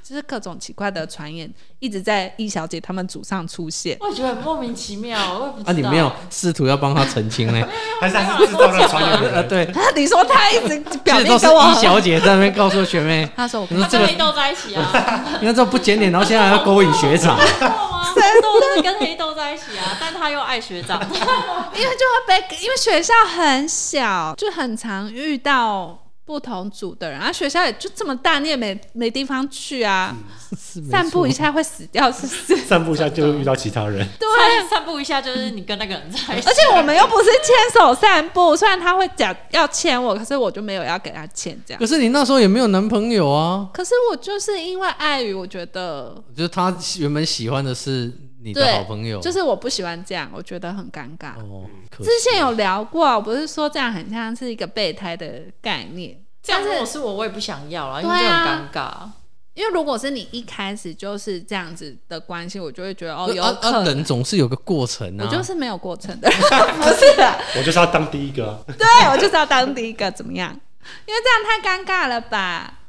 S2: 就是各种奇怪的传言一直在易小姐他们组上出现。
S4: 我也觉得很莫名其妙，我也不知道。
S5: 啊，你没有试图要帮他澄清呢？
S3: 还是他是制造了传言的
S5: 啊，
S3: 人？
S5: 对，
S2: 啊，你说她一直表
S5: 这
S2: 面
S5: 都是
S2: 跟我
S5: 一
S2: 很
S5: 小姐在那边告诉学 妹，
S2: 他说我
S5: 你
S2: 跟
S4: 他
S5: 说这
S4: 跟
S5: 个
S4: 黑豆在一起啊？
S5: 你看这不检点，然后现在还要勾引学 长，
S4: 错吗？红豆就是跟黑豆在一起啊，但他又爱学长。
S2: 因为就会被，因为学校很小，就很常遇到不同组的人，然后学校也就这么大，你也没没地方去啊，
S5: 是没错
S2: 散步一。下会死掉，是不是？
S3: 散步一下就会遇到其他人，
S2: 对。
S4: 散散步一下，就是你跟那个人在一起。
S2: 而且我们又不是牵手散步，虽然他会讲要牵我，可是我就没有要给他牵这样
S5: 可。是你那时候也没有男朋友啊，
S2: 可是我就是因为碍于，我觉得
S5: 就是他原本喜欢的是你的
S2: 对
S5: 好朋友，
S2: 就是我不喜欢这样，我觉得很尴尬。
S5: 哦，可惜
S2: 之前有聊过，我不是说这样很像是一个备胎的概念，
S4: 这样
S2: 但
S4: 问
S2: 是
S4: 我是我，我也不想要啦，因
S2: 对
S4: 为
S2: 啊
S4: 就很尴尬。
S2: 因为如果是你一开始就是这样子的关系，我就会觉得哦，有
S5: 啊
S2: 可
S5: 啊，
S2: 能。
S5: 人总是有个过程啊。
S2: 我就是没有过程 的人，不是啊，
S3: 我就是要当第一个啊。
S2: 对我就是要当第一个，怎么样？因为这样太尴尬了吧？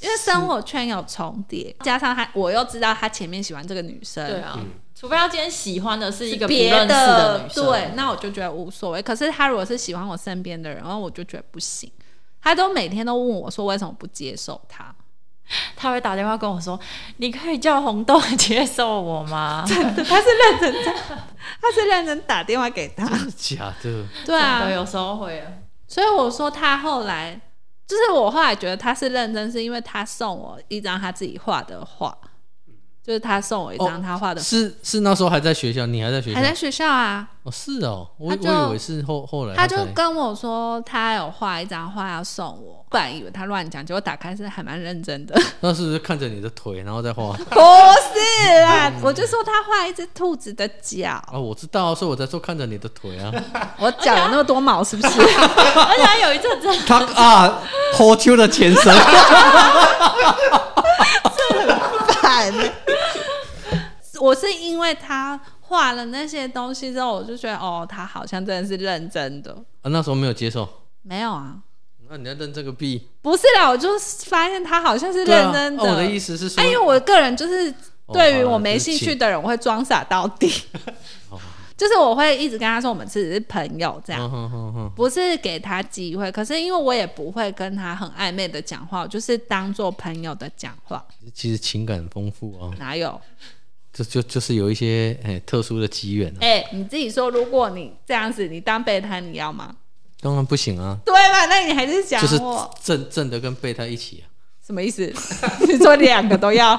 S2: 因为生活圈有重叠，加上他，我又知道他前面喜欢这个女生，
S4: 对，啊，除非他今天喜欢的是一个不
S2: 别
S4: 认识的
S2: 的
S4: 女，生，
S2: 对，那我就觉得无所谓。可是他如果是喜欢我身边的人，然后我就觉得不行。他都每天都问我说为什么不接受他，
S4: 他会打电话跟我说：“你可以叫红豆接受我 吗
S2: 他是认真在，他是认真打电话给他，
S5: 假的，
S2: 对？”啊
S4: 真的，有时候会啊。
S2: 所以我说他后来，就是我后来觉得他是认真，是因为他送我一张他自己画的画，就是他送我一张他画的，
S5: 是是那时候还在学校，你还在学校
S2: 还，在学校啊，
S5: 哦是哦，我
S2: 他就
S5: 我以为是后后来
S2: 他
S5: 才
S2: 就跟我说他有画一张画要送我，本来以为他乱讲，结果打开是还蛮认真的，
S5: 那是不是看着你的腿然后再画
S2: 不是啦，我就说他画一只兔子的脚，
S5: 啊？我知道啊，所以我在说看着你的腿啊。
S2: 我脚有那么多毛是不 是？
S4: 而且他有一阵子，
S5: 他啊，脱秋的前 身，
S2: 我是因为他画了那些东西之后，我就觉得哦，他好像真的是认真的，
S5: 啊那时候没有接受，
S2: 没有啊。
S5: 那你要认这个币。
S2: 不是啦，我就是发现他好像是
S5: 对啊
S2: 认真的。
S5: 啊我的意思是说啊
S2: 哎，因为我个人就是
S5: 哦
S2: 对于
S5: 好啦
S2: 我没
S5: 对
S2: 兴
S5: 不起哦
S2: 趣的人，我会装傻到 底。就是我会一直跟他说我们只是朋友这样，
S5: 嗯哼哼哼，
S2: 不是给他机会。可是因为我也不会跟他很暧昧的讲话，我就是当做朋友的讲话。
S5: 其实情感丰富啊，
S2: 哪有？
S5: 就就就是有一些哎特殊的机缘啊，
S2: 哎、你自己说，如果你这样子，你当备胎，你要吗？
S5: 当然不行啊，
S2: 对吧？那你还是讲
S5: 就是
S2: 我。
S5: 正正的跟备胎一起啊，
S2: 什么意思？ 你说两个都要，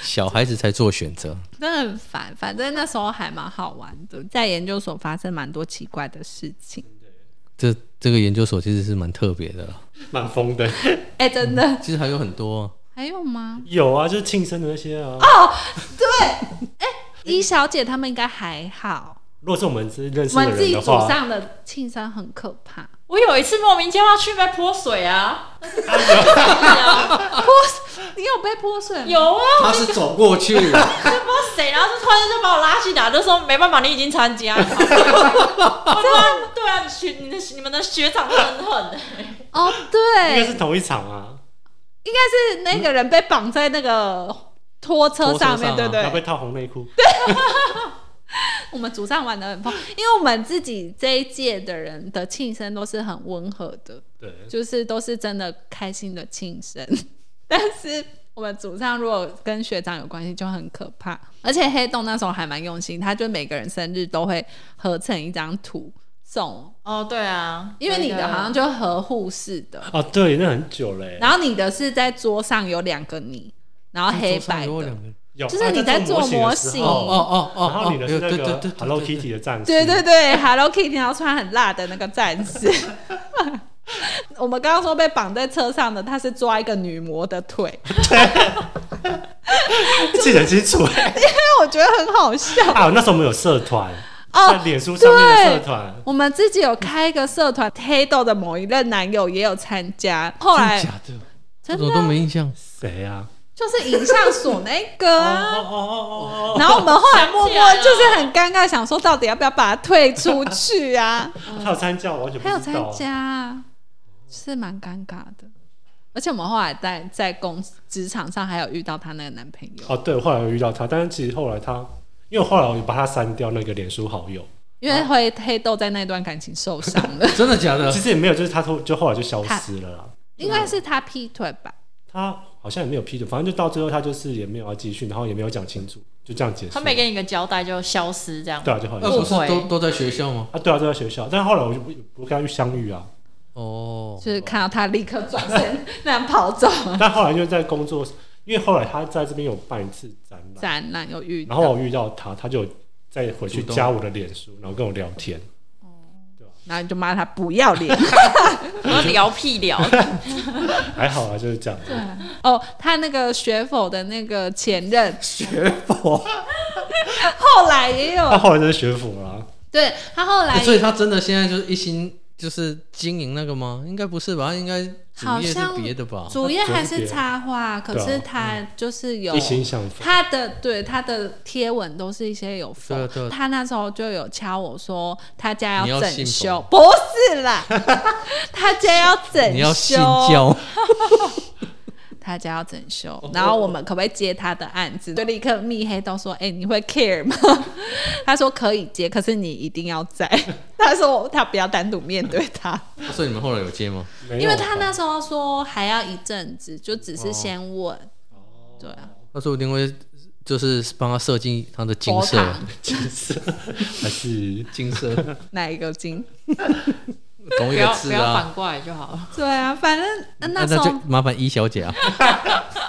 S5: 小孩子才做选择。
S2: 真的很烦。反正那时候还蛮好玩的，在研究所发生蛮多奇怪的事情。
S5: 这这个研究所其实是蛮特别的啦，啊
S3: 蛮疯的。
S2: 哎、真的、
S5: 其实还有很多啊、
S2: 还有吗？
S3: 有啊，就是庆生的那些啊。
S2: 哦一小姐他们应该还好，
S3: 如果是我们是认识
S2: 我
S3: 的
S2: 们自
S3: 人
S2: 己
S3: 的
S2: 组
S3: 话，
S2: 上的庆生很可怕。
S4: 我有一次莫名其妙去被泼水啊，
S2: 你有被泼水吗？
S4: 有啊，
S5: 他是走过去，
S4: 被泼水，然后就突然间就把我拉去打，就说没办法，你已经参加 了。我说对啊，你学你的你们的学长真的很狠、
S2: 哦，
S3: 应
S2: 对，
S3: 该是同一场啊，
S2: 应该是那个人被绑在那个拖车
S5: 拖
S2: 上面，
S5: 车上啊
S2: 对不
S3: 然后
S2: 对？
S3: 被套红内裤。
S2: 我们组上玩的很疯，因为我们自己这一届的人的庆生都是很温和的，
S3: 对，
S2: 就是都是真的开心的庆生。但是我们组上如果跟学长有关系就很可怕，而且黑洞那时候还蛮用心，他就每个人生日都会合成一张图送，
S4: 哦，对啊，
S2: 因为你的好像就合护士的，
S3: 啊，对，那很久嘞。
S2: 然后你的是在桌上有两个你，然后 黑白
S5: 有两
S2: 的。
S5: 个人
S3: 有，
S2: 就是
S3: 啊
S2: 你在做模
S3: 模
S2: 型
S3: 型的时
S5: 哦
S3: 候
S5: 哦哦哦，
S3: 然后你的是
S5: 哦
S3: 那
S5: 对对对
S3: 个
S5: 对
S3: Hello
S5: 对
S3: Kitty 的战士，
S2: 对对对，Hello Kitty，然后穿很辣的那个战士。我们刚刚说被绑在车上的，他是抓一个女模的腿，因
S3: 对，记得很清楚。
S2: 为我觉得很好笑
S3: 啊，那时候我们有社团，在
S2: 哦。
S3: 脸书上面的社团，
S2: 我们自己有开一个社团，黑豆的某一任男友也有参加，后来
S5: 真假的，
S2: 真
S5: 我怎么都
S2: 的啊
S5: 没印象。
S3: 谁啊？
S2: 就是影像所那个
S3: 哦
S2: 啊。
S3: 哦 哦哦
S2: 然后我们后来默
S4: 想起来
S2: 默
S4: 了
S2: 就是很尴尬，想说到底要不要把他退出 去啊？
S3: 哦，他有参加，我完全
S2: 还有
S3: 不知
S2: 参
S3: 道。
S2: 加啊，是蛮尴尬的。而且我们后来在在公司职场上还有遇到她那个男朋友，
S3: 哦，对，我后来有遇到他，但是其实后来他，因为后来我把他删掉那个脸书好友，
S2: 因为会黑豆在那段感情受伤
S3: 哦
S2: 了，
S5: 真的假的
S3: 其？实也没有，就是他就就后来就消失了啦。
S2: 应该是他劈腿吧？
S3: 他好像也没有批准，反正就到最后他就是也没有要继续，然后也没有讲清楚，就这样结束。
S4: 他没给你一个交代就消失这样。
S3: 对啊，就后来
S5: 那
S3: 就
S5: 不是都都在学校吗？
S3: 啊，对啊，就在学校，但是后来我就不不跟他去相遇啊，
S5: 哦，
S2: 就是看到他立刻转身 那样跑走，
S3: 但后来就在工作，因为后来他在这边有办一次展览，
S2: 展览有遇
S3: 然后
S2: 到，
S3: 我遇到他，他就再回去
S5: 主动
S3: 加我的脸书，然后跟我聊天。
S2: 然后你就骂他不要脸
S4: 我说聊屁 聊，
S3: 还好啊，就是这样。
S2: 哦。他那个学否的那个前 任，
S5: 学佛，
S2: 后来也
S3: 他
S2: 有，
S3: 后来就是学啊府啦，
S2: 对他后来
S5: 欸所以他真的现在就是一心就是经营那个吗？应该不是吧？他应该主业
S2: 好
S5: 是
S2: 像
S5: 别的吧？
S2: 主业还是插画，可
S3: 对
S2: 是
S3: 啊
S2: 他
S5: 嗯
S2: 就是有
S3: 一心向佛。
S2: 他的对他的贴文都是一些有
S5: 对
S2: 风
S5: 啊对啊，
S2: 他那时候就有敲我说他家
S5: 你要
S2: 整
S5: 信
S2: 修
S5: 佛，
S2: 不是啦，他家要整
S5: 你要信
S2: 修，
S5: 教，
S2: 他家要整修，
S3: 哦
S2: 然后我们可不可以接他的案子？就立刻密黑都说，哎、你会 care 吗？ 他说可以接，可是你一定要 在。他说他不要单独面对他，
S5: 所以你们后来有接吗？
S3: 没有
S2: 因为他
S3: 吧
S2: 那时候说还要一阵子，就只是先问，
S3: 哦
S2: 对啊，
S5: 他说一定会就是帮他设计他的金
S2: 佛
S5: 色，
S2: 堂
S3: 还是
S5: 金色，
S2: 哪一个金？
S5: 同
S4: 不
S5: 一
S4: 要
S5: 个
S4: 不
S5: 字
S4: 要
S5: 啊。
S4: 反过来就好了。
S2: 对啊，反正呃那
S5: 那
S2: 时
S5: 那
S2: 候
S5: 就麻烦一小姐啊，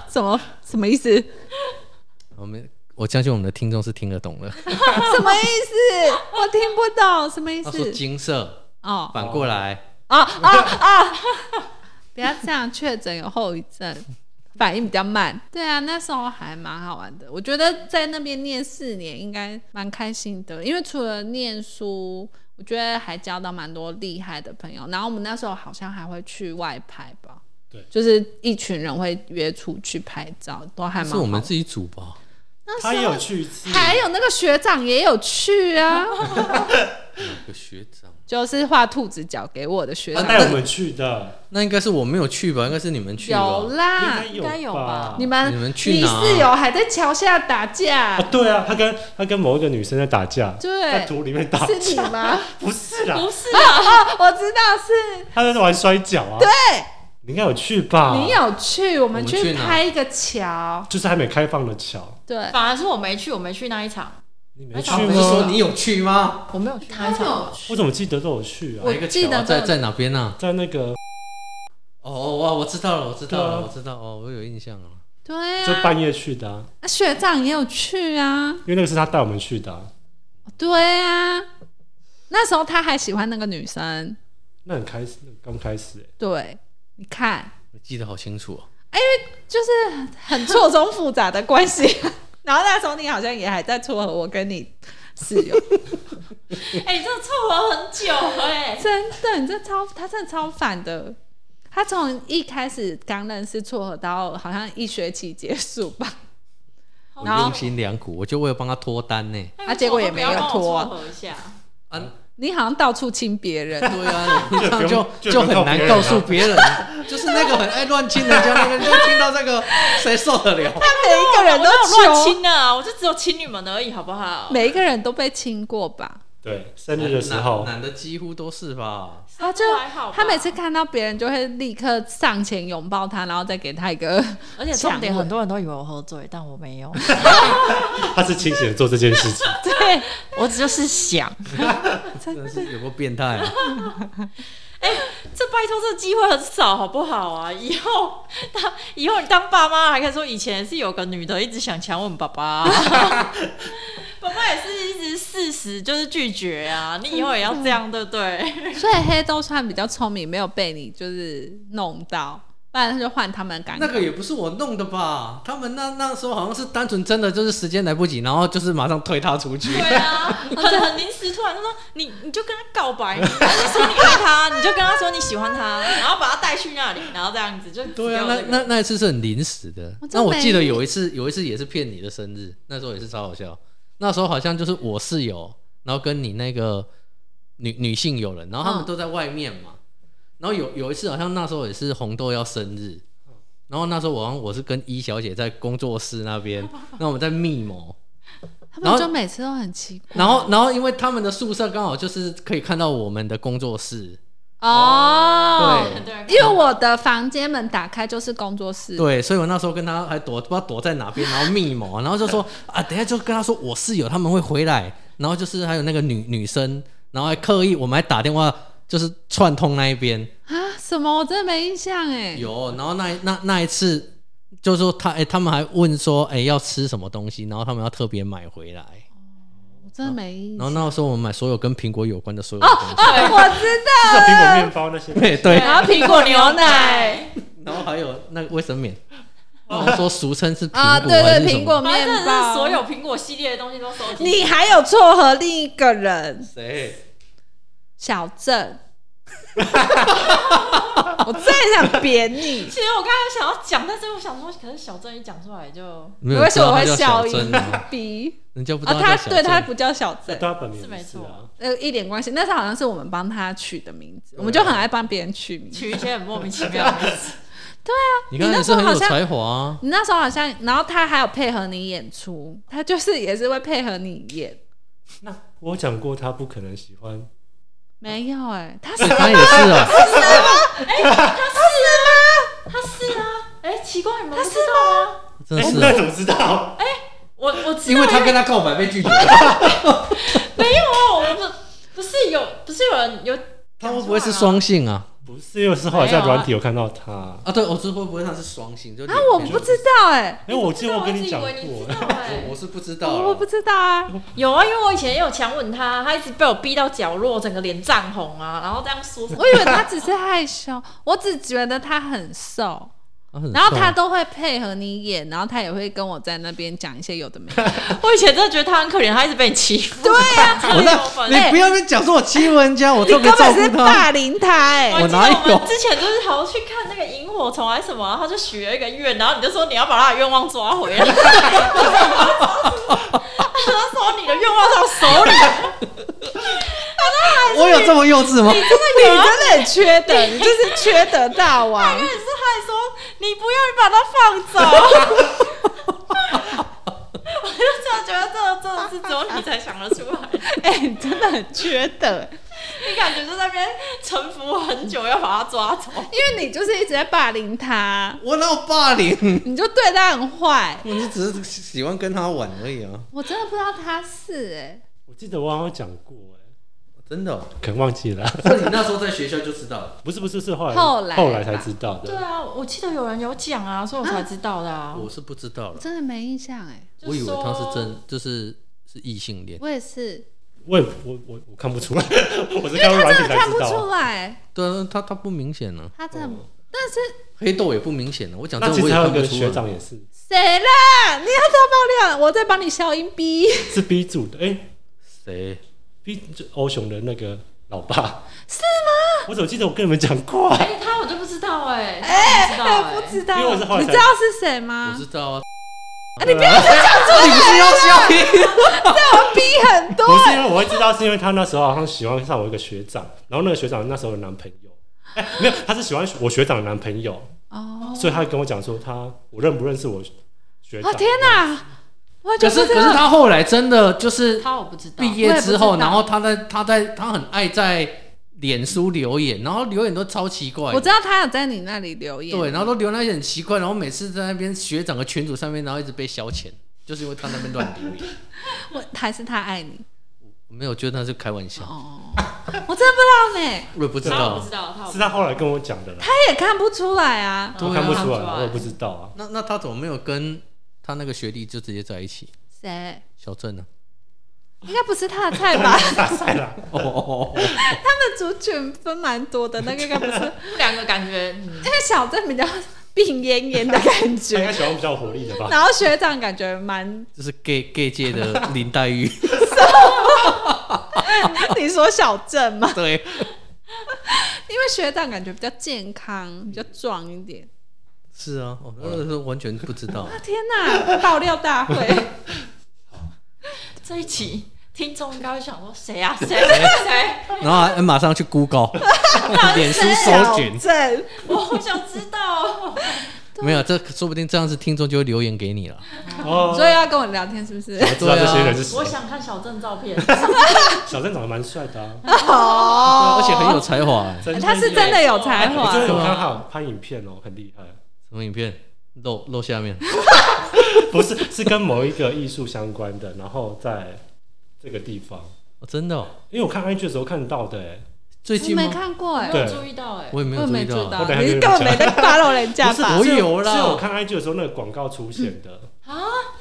S2: 什么什么 意思？
S5: 我们我相信我们的听众是听得懂 的。
S2: 什么意思？我听不懂什么意
S5: 他说
S2: 思？
S5: 金色
S2: 哦
S5: 反过来，
S2: 啊啊啊！不要这样，确诊有后遗症， 反应比较慢。对啊，那时候还蛮好玩的。我觉得在那边念四年应该蛮开心的，因为除了念书，我觉得还交到蛮多厉害的朋友。然后我们那时候好像还会去外拍吧。
S3: 对
S2: 就是一群人会约出去拍照，都还蛮
S5: 是
S2: 好
S5: 我
S2: 玩
S5: 们自己组吧？
S2: 那时候
S3: 他也有去一次，
S2: 还有那个学长也有去啊，
S5: 有个学长，
S2: 就是画兔子脚给我的学
S3: 他
S2: 长，
S5: 啊
S3: 带我们去的，
S5: 那应该是我没有去吧？应该是你们去吧
S2: 有？啦，
S3: 应
S4: 应该有吧
S3: 吧？
S2: 你们
S5: 你们去
S2: 你
S5: 哪啊
S2: 室友还在桥下打架
S3: 啊，，对啊，他跟他跟某一个女生在打架，在
S2: 对，
S3: 图里面打架，
S2: 是你吗？
S3: 不是啦，
S4: 不是啊，
S2: 哦， 我知道是
S3: 他在玩摔跤啊。对，你应该有去吧？
S2: 你，有去，我们
S5: 们
S2: 去
S5: 去哪
S2: 拍一个桥，
S3: 就是还没开放的桥，
S2: 对，
S4: 反而是我没去，我没去那一场，
S3: 你没去
S5: 啊不是说
S3: 吗？
S5: 你有去吗？
S4: 我没有去那一场。
S3: 我怎么记得都有去啊
S2: 我？
S5: 哪一个
S2: 记
S5: 哦桥
S2: 得
S5: 啊在
S2: 都
S5: 在哪边啊？
S3: 在那个
S5: 哦哇，我知道了，我知
S3: 对
S5: 道了，
S3: 啊
S5: 我知道哦，我有印象了。
S2: 对
S3: 就
S2: 啊，
S3: 半夜去的、啊，
S2: 啊学长也有去啊，
S3: 因为那个是他带我们去的、啊，
S2: 对啊，那时候他还喜欢那个女生，
S3: 那很开始，那刚开始、欸，
S2: 对，你看，
S5: 我记得好清楚哦。
S2: 就是很错综复杂的关系。 然后那时候你好像也还在撮合我跟你室友，
S4: 哎、你真的凑合很久哎、
S2: 真的，你这超他真的超烦的。他从一开始刚认识撮合到好像一学期结束吧，
S5: 我
S2: 然后
S5: 用心良苦，我就为了帮他脱单呢。
S4: 哎
S2: 啊结果也没有
S4: 为什么不
S2: 拖啊
S4: 要帮我撮合一下，
S5: 啊，
S2: 你好像到处亲别人，
S5: 对啊，你这
S3: 就
S5: 样
S3: 不
S5: 就
S3: 用就
S5: 就
S3: 不
S5: 很
S3: 用
S5: 难
S3: 告
S5: 告
S3: 诉
S5: 诉别人，就是那个很爱乱亲人家那个，你就听到这个，谁受得了？
S2: 每一个人
S4: 我哪有
S2: 都
S4: 乱
S2: 求
S4: 亲啊，我就只有亲你们而已，好不好？
S2: 每一个人都被亲过吧？
S3: 对，生日的时候，
S5: 男男的几乎都是吧。
S2: 啊，就
S4: 还好吧
S2: 他每次看到别人就会立刻上前拥抱他，然后再给他一个
S4: 而且重点很多人都以为我喝醉，但我没 有，
S3: 他是清醒的做这件事情，
S2: 对，
S4: 我只就是想，
S5: 真的是有个变态、啊，
S4: 这拜托这机会很少，好不好啊？ 以后当以后你当爸妈还可以说以前是有个女的一直想抢我们爸爸、啊 爸爸也是一直事实就是拒绝啊，你以后也要这样，对不对？
S2: 所以黑豆算比较聪明，没有被你就是弄到，不然他就换他们的感
S5: 那个
S2: 觉。
S5: 也不是我弄的吧？他们那那时候好像是单纯真的就是时间来不及，然后 就是马上推他出去。
S4: 对啊，可能很临时突然就说你你就跟他告 白，你还是说你爱他，你就跟他说你喜欢他，然后把他带去那里，然后这样子就
S5: 对啊，那那那一次是很临时的
S2: 我。哦真
S5: 那我记得
S2: 没
S5: 有一次，有一次也是骗你的生日，那时候也是超好笑。那时候好像就是我室友，然后跟你那个女女性友人，然后他们
S2: 嗯
S5: 都在外面嘛。然后有有一次好像那时候也是红豆要生日，然后那时候我好像我是跟一小姐在工作室那 边，那我们在密谋。
S2: 他
S5: 然
S2: 们
S5: 后
S2: 就每次都很奇怪
S5: 然后，然后因为他们的宿舍刚好就是可以看到我们的工作室，
S2: 哦。
S5: 对
S4: 对
S2: 因为我的房间门打开就是工作室，
S5: 对，所以我那时候跟他还躲，不知道躲在哪边，然后密谋，然后就说啊，等一下就跟他说我室友他们会回来，然后就是还有那个女女生，然后还刻意我们还打电话就是串通那一边
S2: 啊，什么我真的没印象哎。
S5: 有，然后那一那那一次就说他哎、他们还问说哎、要吃什么东西，然后他们要特别买回来，
S2: 我真的没印
S5: 然后
S2: 象。
S5: 那时候我们买所有跟苹果有关的所有的东
S2: 哦
S5: 西，
S2: 我知
S3: 至少
S2: 道，
S3: 苹果面包那些，
S5: 对对，
S2: 然后苹果牛奶，
S5: 然后还有那个卫生棉，然后说俗称是苹果、
S2: 啊，对
S5: 还是
S2: 对，
S5: 什
S2: 苹
S5: 么
S2: 果
S4: 反
S2: 面
S4: 正真的
S2: 包，
S4: 是所有苹果系列的东西都收集。
S2: 你还有撮合另一个人
S5: 谁？
S2: 小郑， 我真的想扁你。
S4: 其实我刚才想要讲，但是我想说，可是小郑一讲出来 就
S5: 没有
S2: 为什么我会
S5: 知道他叫小
S2: 笑
S5: 珍 啊
S2: B
S5: 人家不知
S2: 啊，
S5: 道叫
S2: 他
S5: 小
S2: 对他
S5: 珍
S2: 不叫小
S3: 对，
S2: 郑
S3: 他本名
S4: 是没错
S3: 啊，
S2: 呃，一点关系。那是好像是我们帮他取的
S5: 啊
S2: 名字，我们就很爱帮别人取名字。
S4: 取一些很莫名其妙的名字。
S5: 你看你是很有才华啊，
S2: 你那时候好像，然后他还有配合你演出，他就是也是会配合你演。
S3: 那我讲过他不可能喜欢，
S2: 没有哎、他是
S5: 他也是啊，
S4: 他是啊，哎、奇怪，你们不知道吗？
S5: 真的
S3: 哎
S5: 是
S3: 那
S5: 啊，
S3: 怎么知道？
S4: 我我知道，
S5: 因为他跟他告白被拒绝了，
S4: 没有啊，我不不是有不是有人有
S5: 他会不会是双性啊？
S3: 不是，又是后来在软体有看到他，
S5: 啊，对，我是会不会他是双性？就
S2: 啊，我不知道哎、
S3: 因为我记得
S4: 啊我
S3: 我跟你讲
S4: 一直以为
S3: 过
S4: 你知，道哎
S5: 我是不知道啦，
S2: 我不知道啊。
S4: 有啊，因为我以前也有强吻他，他一直被我逼到角落，整个脸涨红啊，然后这样说 什么
S2: 我以为他只是害羞，我只觉得他很瘦，
S5: 啊很
S2: 然后
S5: 帅
S2: 他都会配合你演，然后他也会跟我在那边讲一些有的没的。
S4: 我以前真的觉得他很可怜，他一直被你欺负。对 啊，
S5: 我那，
S2: 哎
S5: 你不要跟讲说我欺负人家，我特别照顾他，
S2: 凌他哎
S4: 我记得
S5: 哪有
S4: 们之前就是好像去看那个萤火虫还是什么，然后他就许了一个愿，然后你就说你要把他的愿望抓回来，他说你的愿望在我手里，
S5: 我有这么幼稚吗？
S2: 你真的很缺德，你就是缺德大王。
S4: 但是他还说你不要你把它放走。 我就真的觉得这真的是只有你才想得出来，
S2: 哎、你真的很缺德，欸
S4: 你感觉就在那边沉浮很久，要把他抓走。
S2: 因为你就是一直在霸凌他，
S5: 我哪有霸凌？
S2: 你就对他很坏。
S5: 我就只是喜欢跟他玩而已啊。
S2: 我真的不知道他是哎、
S3: 我记得我好像讲过哎、
S5: 真的、哦，
S3: 可能忘记了，
S5: 所以你那时候在学校就知道了。
S3: 不是不是是后来
S2: 后来
S3: 后来才
S2: 吧
S3: 知道
S4: 对
S3: 的，
S4: 啊，我记得有人有讲啊，所以我才知道的啊。
S5: 我是不知道了，
S2: 真的没印象哎、
S5: 我以为他是
S4: 就说，
S5: 真，就是是异性恋。
S2: 我也是，
S3: 我也我我我看不出来， 我是看到软体才
S2: 看
S3: 知
S2: 不
S3: 道
S2: 出
S3: 啊。哦
S2: 来，
S5: 对啊，他他不明显呢、
S2: 他真的
S5: 黑豆也不明显呢、啊我讲
S3: 那
S5: 真
S3: 其
S5: 的我
S3: 实
S5: 也
S3: 还有
S5: 看
S3: 一
S5: 不
S3: 个
S5: 出
S3: 学
S5: 来。
S3: 长也是
S2: 谁啦？你要他爆料，我再帮你消音逼。
S3: 是 B 组的，哎
S5: 谁？
S3: ，B 就欧雄的那个老爸是吗？我怎么记得我跟你们讲过啊？
S4: 哎、他我就不知道哎、哎、不知道哎、
S2: 我不知道，
S3: 欸因为我是后来
S2: 你
S3: 才
S2: 知道是谁
S5: 我
S2: 吗？
S5: 知道啊。
S2: 你不要
S3: 啊
S5: 你不是要消音？
S2: 逼很多
S3: 不是因为我会知道，是因为他那时候好像喜欢上我一个学长，然后那个学长那时候有男朋友，哎、没有，他是喜欢我学长的男朋友，
S2: 哦！
S3: 所以他跟我讲说他我认不认识我学长。
S2: 哦天
S3: 哪！
S2: 哪，我
S5: 可
S2: 就是不知
S5: 可是
S2: 道。
S5: 他后来真的就是
S4: 他我不知道。
S5: 毕业之
S2: 我也不
S5: 后，
S2: 知道
S5: 然后他在他在他很爱在脸书留言，然后留言都超奇怪
S2: 我
S5: 的。
S2: 知道他有在你那里留言，
S5: 哎对，然后都留那些很奇怪，然后每次在那边学长的群组上面，然后一直被消遣，就是因为他那边乱留言。
S2: 我还是他爱你
S5: 我没有，觉得那是开玩笑，
S2: 哦，我真的不知道呢，
S5: 我也不知
S4: 他我
S5: 道
S4: 不。知道，他我不
S3: 是
S4: 知道
S3: 他后来跟我讲的啦，
S2: 他也看不出来啊，
S5: 对啊
S3: 我看不出
S4: 看不出
S3: 来，
S4: 来
S3: 我也不知道啊。
S5: 那那他怎么没有跟他那个学弟就直接在一起？
S2: 谁
S5: 小郑呢？
S2: 应该不是他的 菜吧？
S3: 大赛啦，
S5: 哦哦哦，
S2: 他们族群分蛮多的，那个应该不是，因
S4: 他们两个感觉，嗯
S2: 为小郑比较病恹恹的感
S3: 他应
S2: 觉
S3: 该，喜欢比较有活力的吧？
S2: 然后学长感觉蛮，
S5: 就是 gay gay 界的林黛 玉，
S2: 哎你说小郑吗？
S5: 对，
S2: 因为学长感觉比较健康，比较壮一点。
S5: 是啊，我那时候完全不知道。
S2: 啊天哪，爆料大会！
S4: 这一期听众应该会想说谁啊谁 谁谁，
S5: 然后还马上去 Google、脸书搜
S2: 小
S5: 寻，
S2: 郑，
S4: 我好想知道。
S5: 没有，这说不定这样子听众就会留言给你了。
S3: 哦，
S2: 所以要跟我聊天是不是？
S3: 我知道这些人是谁
S4: 啊我。想看小郑照片，
S3: 小郑长得蛮帅的啊，
S2: 哦
S5: 而且很有才华、欸。
S3: 真
S2: 哎他是真的有
S5: 哎
S2: 才
S3: 我
S2: 华
S3: 真的有看他有拍影片哦，很厉害。
S5: 什么影片？露露下面？
S3: 不是，是跟某一个艺术相关的，然后在这个地方，
S5: 哦、真的、哦？
S3: 因为我看 IG 的时候看到的、欸，
S5: 最
S2: 我
S5: 近
S2: 没
S5: 吗？
S2: 看过哎，
S4: 没有注意到哎、
S5: 我也没
S2: 我
S5: 有
S2: 也
S5: 注
S2: 没
S5: 意
S2: 注
S5: 到。
S2: 意到
S3: 我，等一下就
S2: 你根
S3: 有
S2: 本没在 follow 人家
S5: 不是
S2: 吧
S5: 我？有
S3: 是我
S5: 啦，
S3: 看 IG 的时候那个广告出现的
S4: 啊，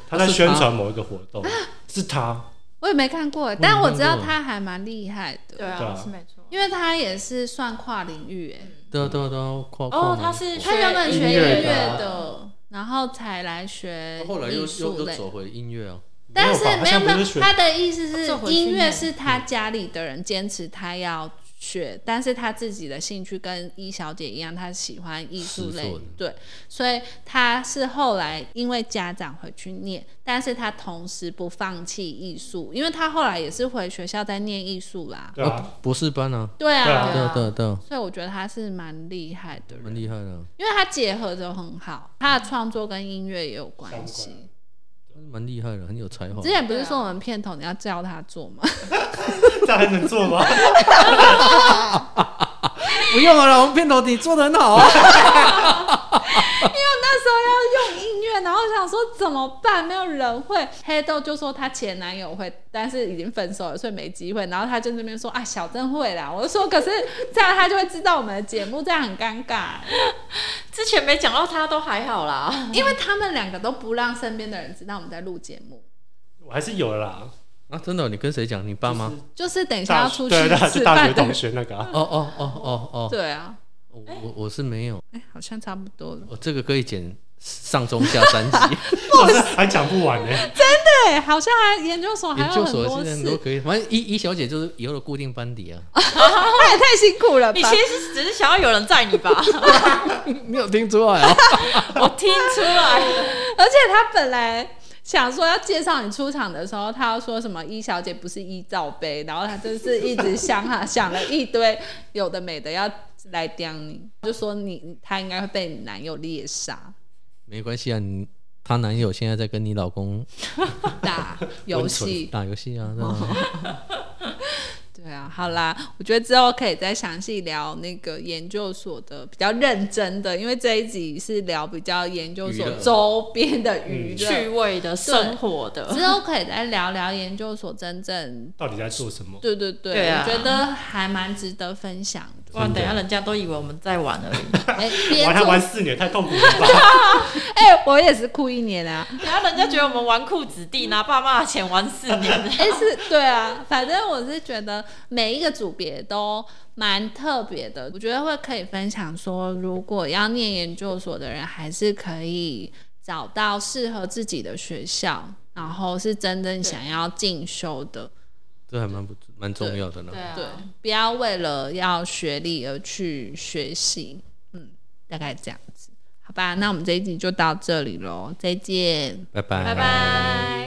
S3: 他在宣传某一个活动，是他，
S2: 我也没看过欸，
S5: 没
S2: 但我知道
S5: 看过
S2: 他还蛮厉害的，
S4: 对
S3: 对啊
S4: 啊，是没错。
S2: 因为他也是算跨领域哎。
S5: 对啊对啊对啊，跨跨
S4: 哦，
S5: 嘛
S4: 他是
S2: 他原本学音
S3: 音乐的
S2: 乐
S3: 啊
S2: 的，然后才来学
S5: 后来又
S2: 艺
S5: 又
S2: 术
S5: 又
S2: 类。
S5: 走回音乐啊。
S2: 但是
S3: 没
S2: 没有
S3: 有吧好像
S2: 没
S3: 不
S2: 有
S3: 是，选
S2: 他的意思
S4: 这
S2: 是
S4: 回
S2: 音
S4: 训
S2: 乐
S4: 练
S2: 是他家里的人坚持他要学，但是他自己的兴趣跟一小姐一样，他喜欢艺术
S5: 是
S2: 类
S5: 做的，
S2: 对，所以他是后来因为家长回去念，但是他同时不放弃艺术，因为他后来也是回学校在念艺术啦，
S3: 对啊，
S5: 博士班啊。
S2: 对
S3: 对
S2: 啊，
S3: 啊
S5: 对啊对啊对啊，
S2: 所以我觉得他是蛮厉害的人
S5: 蛮。厉害的啊，
S2: 因为他结合的很好，他的创作跟音乐也有关
S3: 相
S2: 系。啊
S5: 蛮厉害的，很有才华
S2: 之。前不是说我们片头你要叫他做吗？
S3: 这还能做吗？
S5: 不用了，我们片头你做的很好啊。
S2: 那时候要用音乐，然后想说怎么办，没有人会。黑豆就说他前男友会，但是已经分手了，所以没机会。然后他就那边说啊，小郑会啦。我就说可是这样他就会知道我们的节目，这样很尴尬，
S4: 之前没讲到他都还好 啦，
S2: 因为他们两个都不让身边的人知道我们在录节目。
S3: 我还是有了 啦，
S5: 啊，真的哦？你跟谁讲？你爸妈？
S2: 就是等一下
S3: 大
S2: 要
S3: 学
S2: 出去
S3: 对大
S2: 吃
S3: 就大
S2: 饭
S3: 学
S2: 的
S3: 同，学那个、啊，
S5: 哦哦哦哦哦，
S2: 对啊，
S5: 我我我是没有，
S2: 哎、好像差不多了。
S5: 我这个可以剪上中下三 集。
S3: 老师还讲不完呢、
S2: 对，好像还研究所还
S5: 研
S2: 有
S5: 究
S2: 很
S5: 所
S2: 多
S5: 现在
S2: 事
S5: 都可以，反正一一小姐就是以后的固定班底啊。
S2: 他哎也太辛苦了吧？
S4: 你其实只是想要有人载你吧？
S5: 你有听出来啊？
S4: 我听出来了，
S2: 而且他本来想说要介绍你出场的时候，他要说什么一小姐不是一罩杯，然后他就是一直想哈想了一堆有的没的要来刁你，就说你他应该会被你男友猎杀，
S5: 没关系啊，你她男友现在在跟你老公
S2: 打游戏，
S5: 哦打游戏啊，对吧？
S2: 对对啊，好啦，我觉得之后可以再详细聊那个研究所的比较认真的，因为这一集是聊比较研究所
S5: 娱乐
S2: 周边的娱乐。
S4: 趣味的、生活的，
S2: 之后可以再聊聊研究所真正，
S3: 到底在做什么？
S2: 对对对，
S4: 对啊
S2: 我觉得还蛮值得分享的。
S4: 哇！等一下人家都以为我们在玩而已，
S2: 哎、别
S3: 玩它
S2: 做
S3: 玩四年太痛苦了吧？
S2: 哎、我也是酷一年 啊！
S4: 等一下人家觉得我们纨绔子弟拿爸妈的钱玩四年的，
S2: 哎、是，对啊，反正我是觉得每一个组别都蛮特别的，我觉得会可以分享说，如果要念研究所的人，还是可以找到适合自己的学校，然后是真正想要进修的，
S5: 这还蛮不蛮重要的呢。
S4: 对啊
S2: 对，不要为了要学历而去学习，嗯，大概这样子，好吧？那我们这一集就到这里喽，再见。
S5: 拜拜
S4: 拜拜。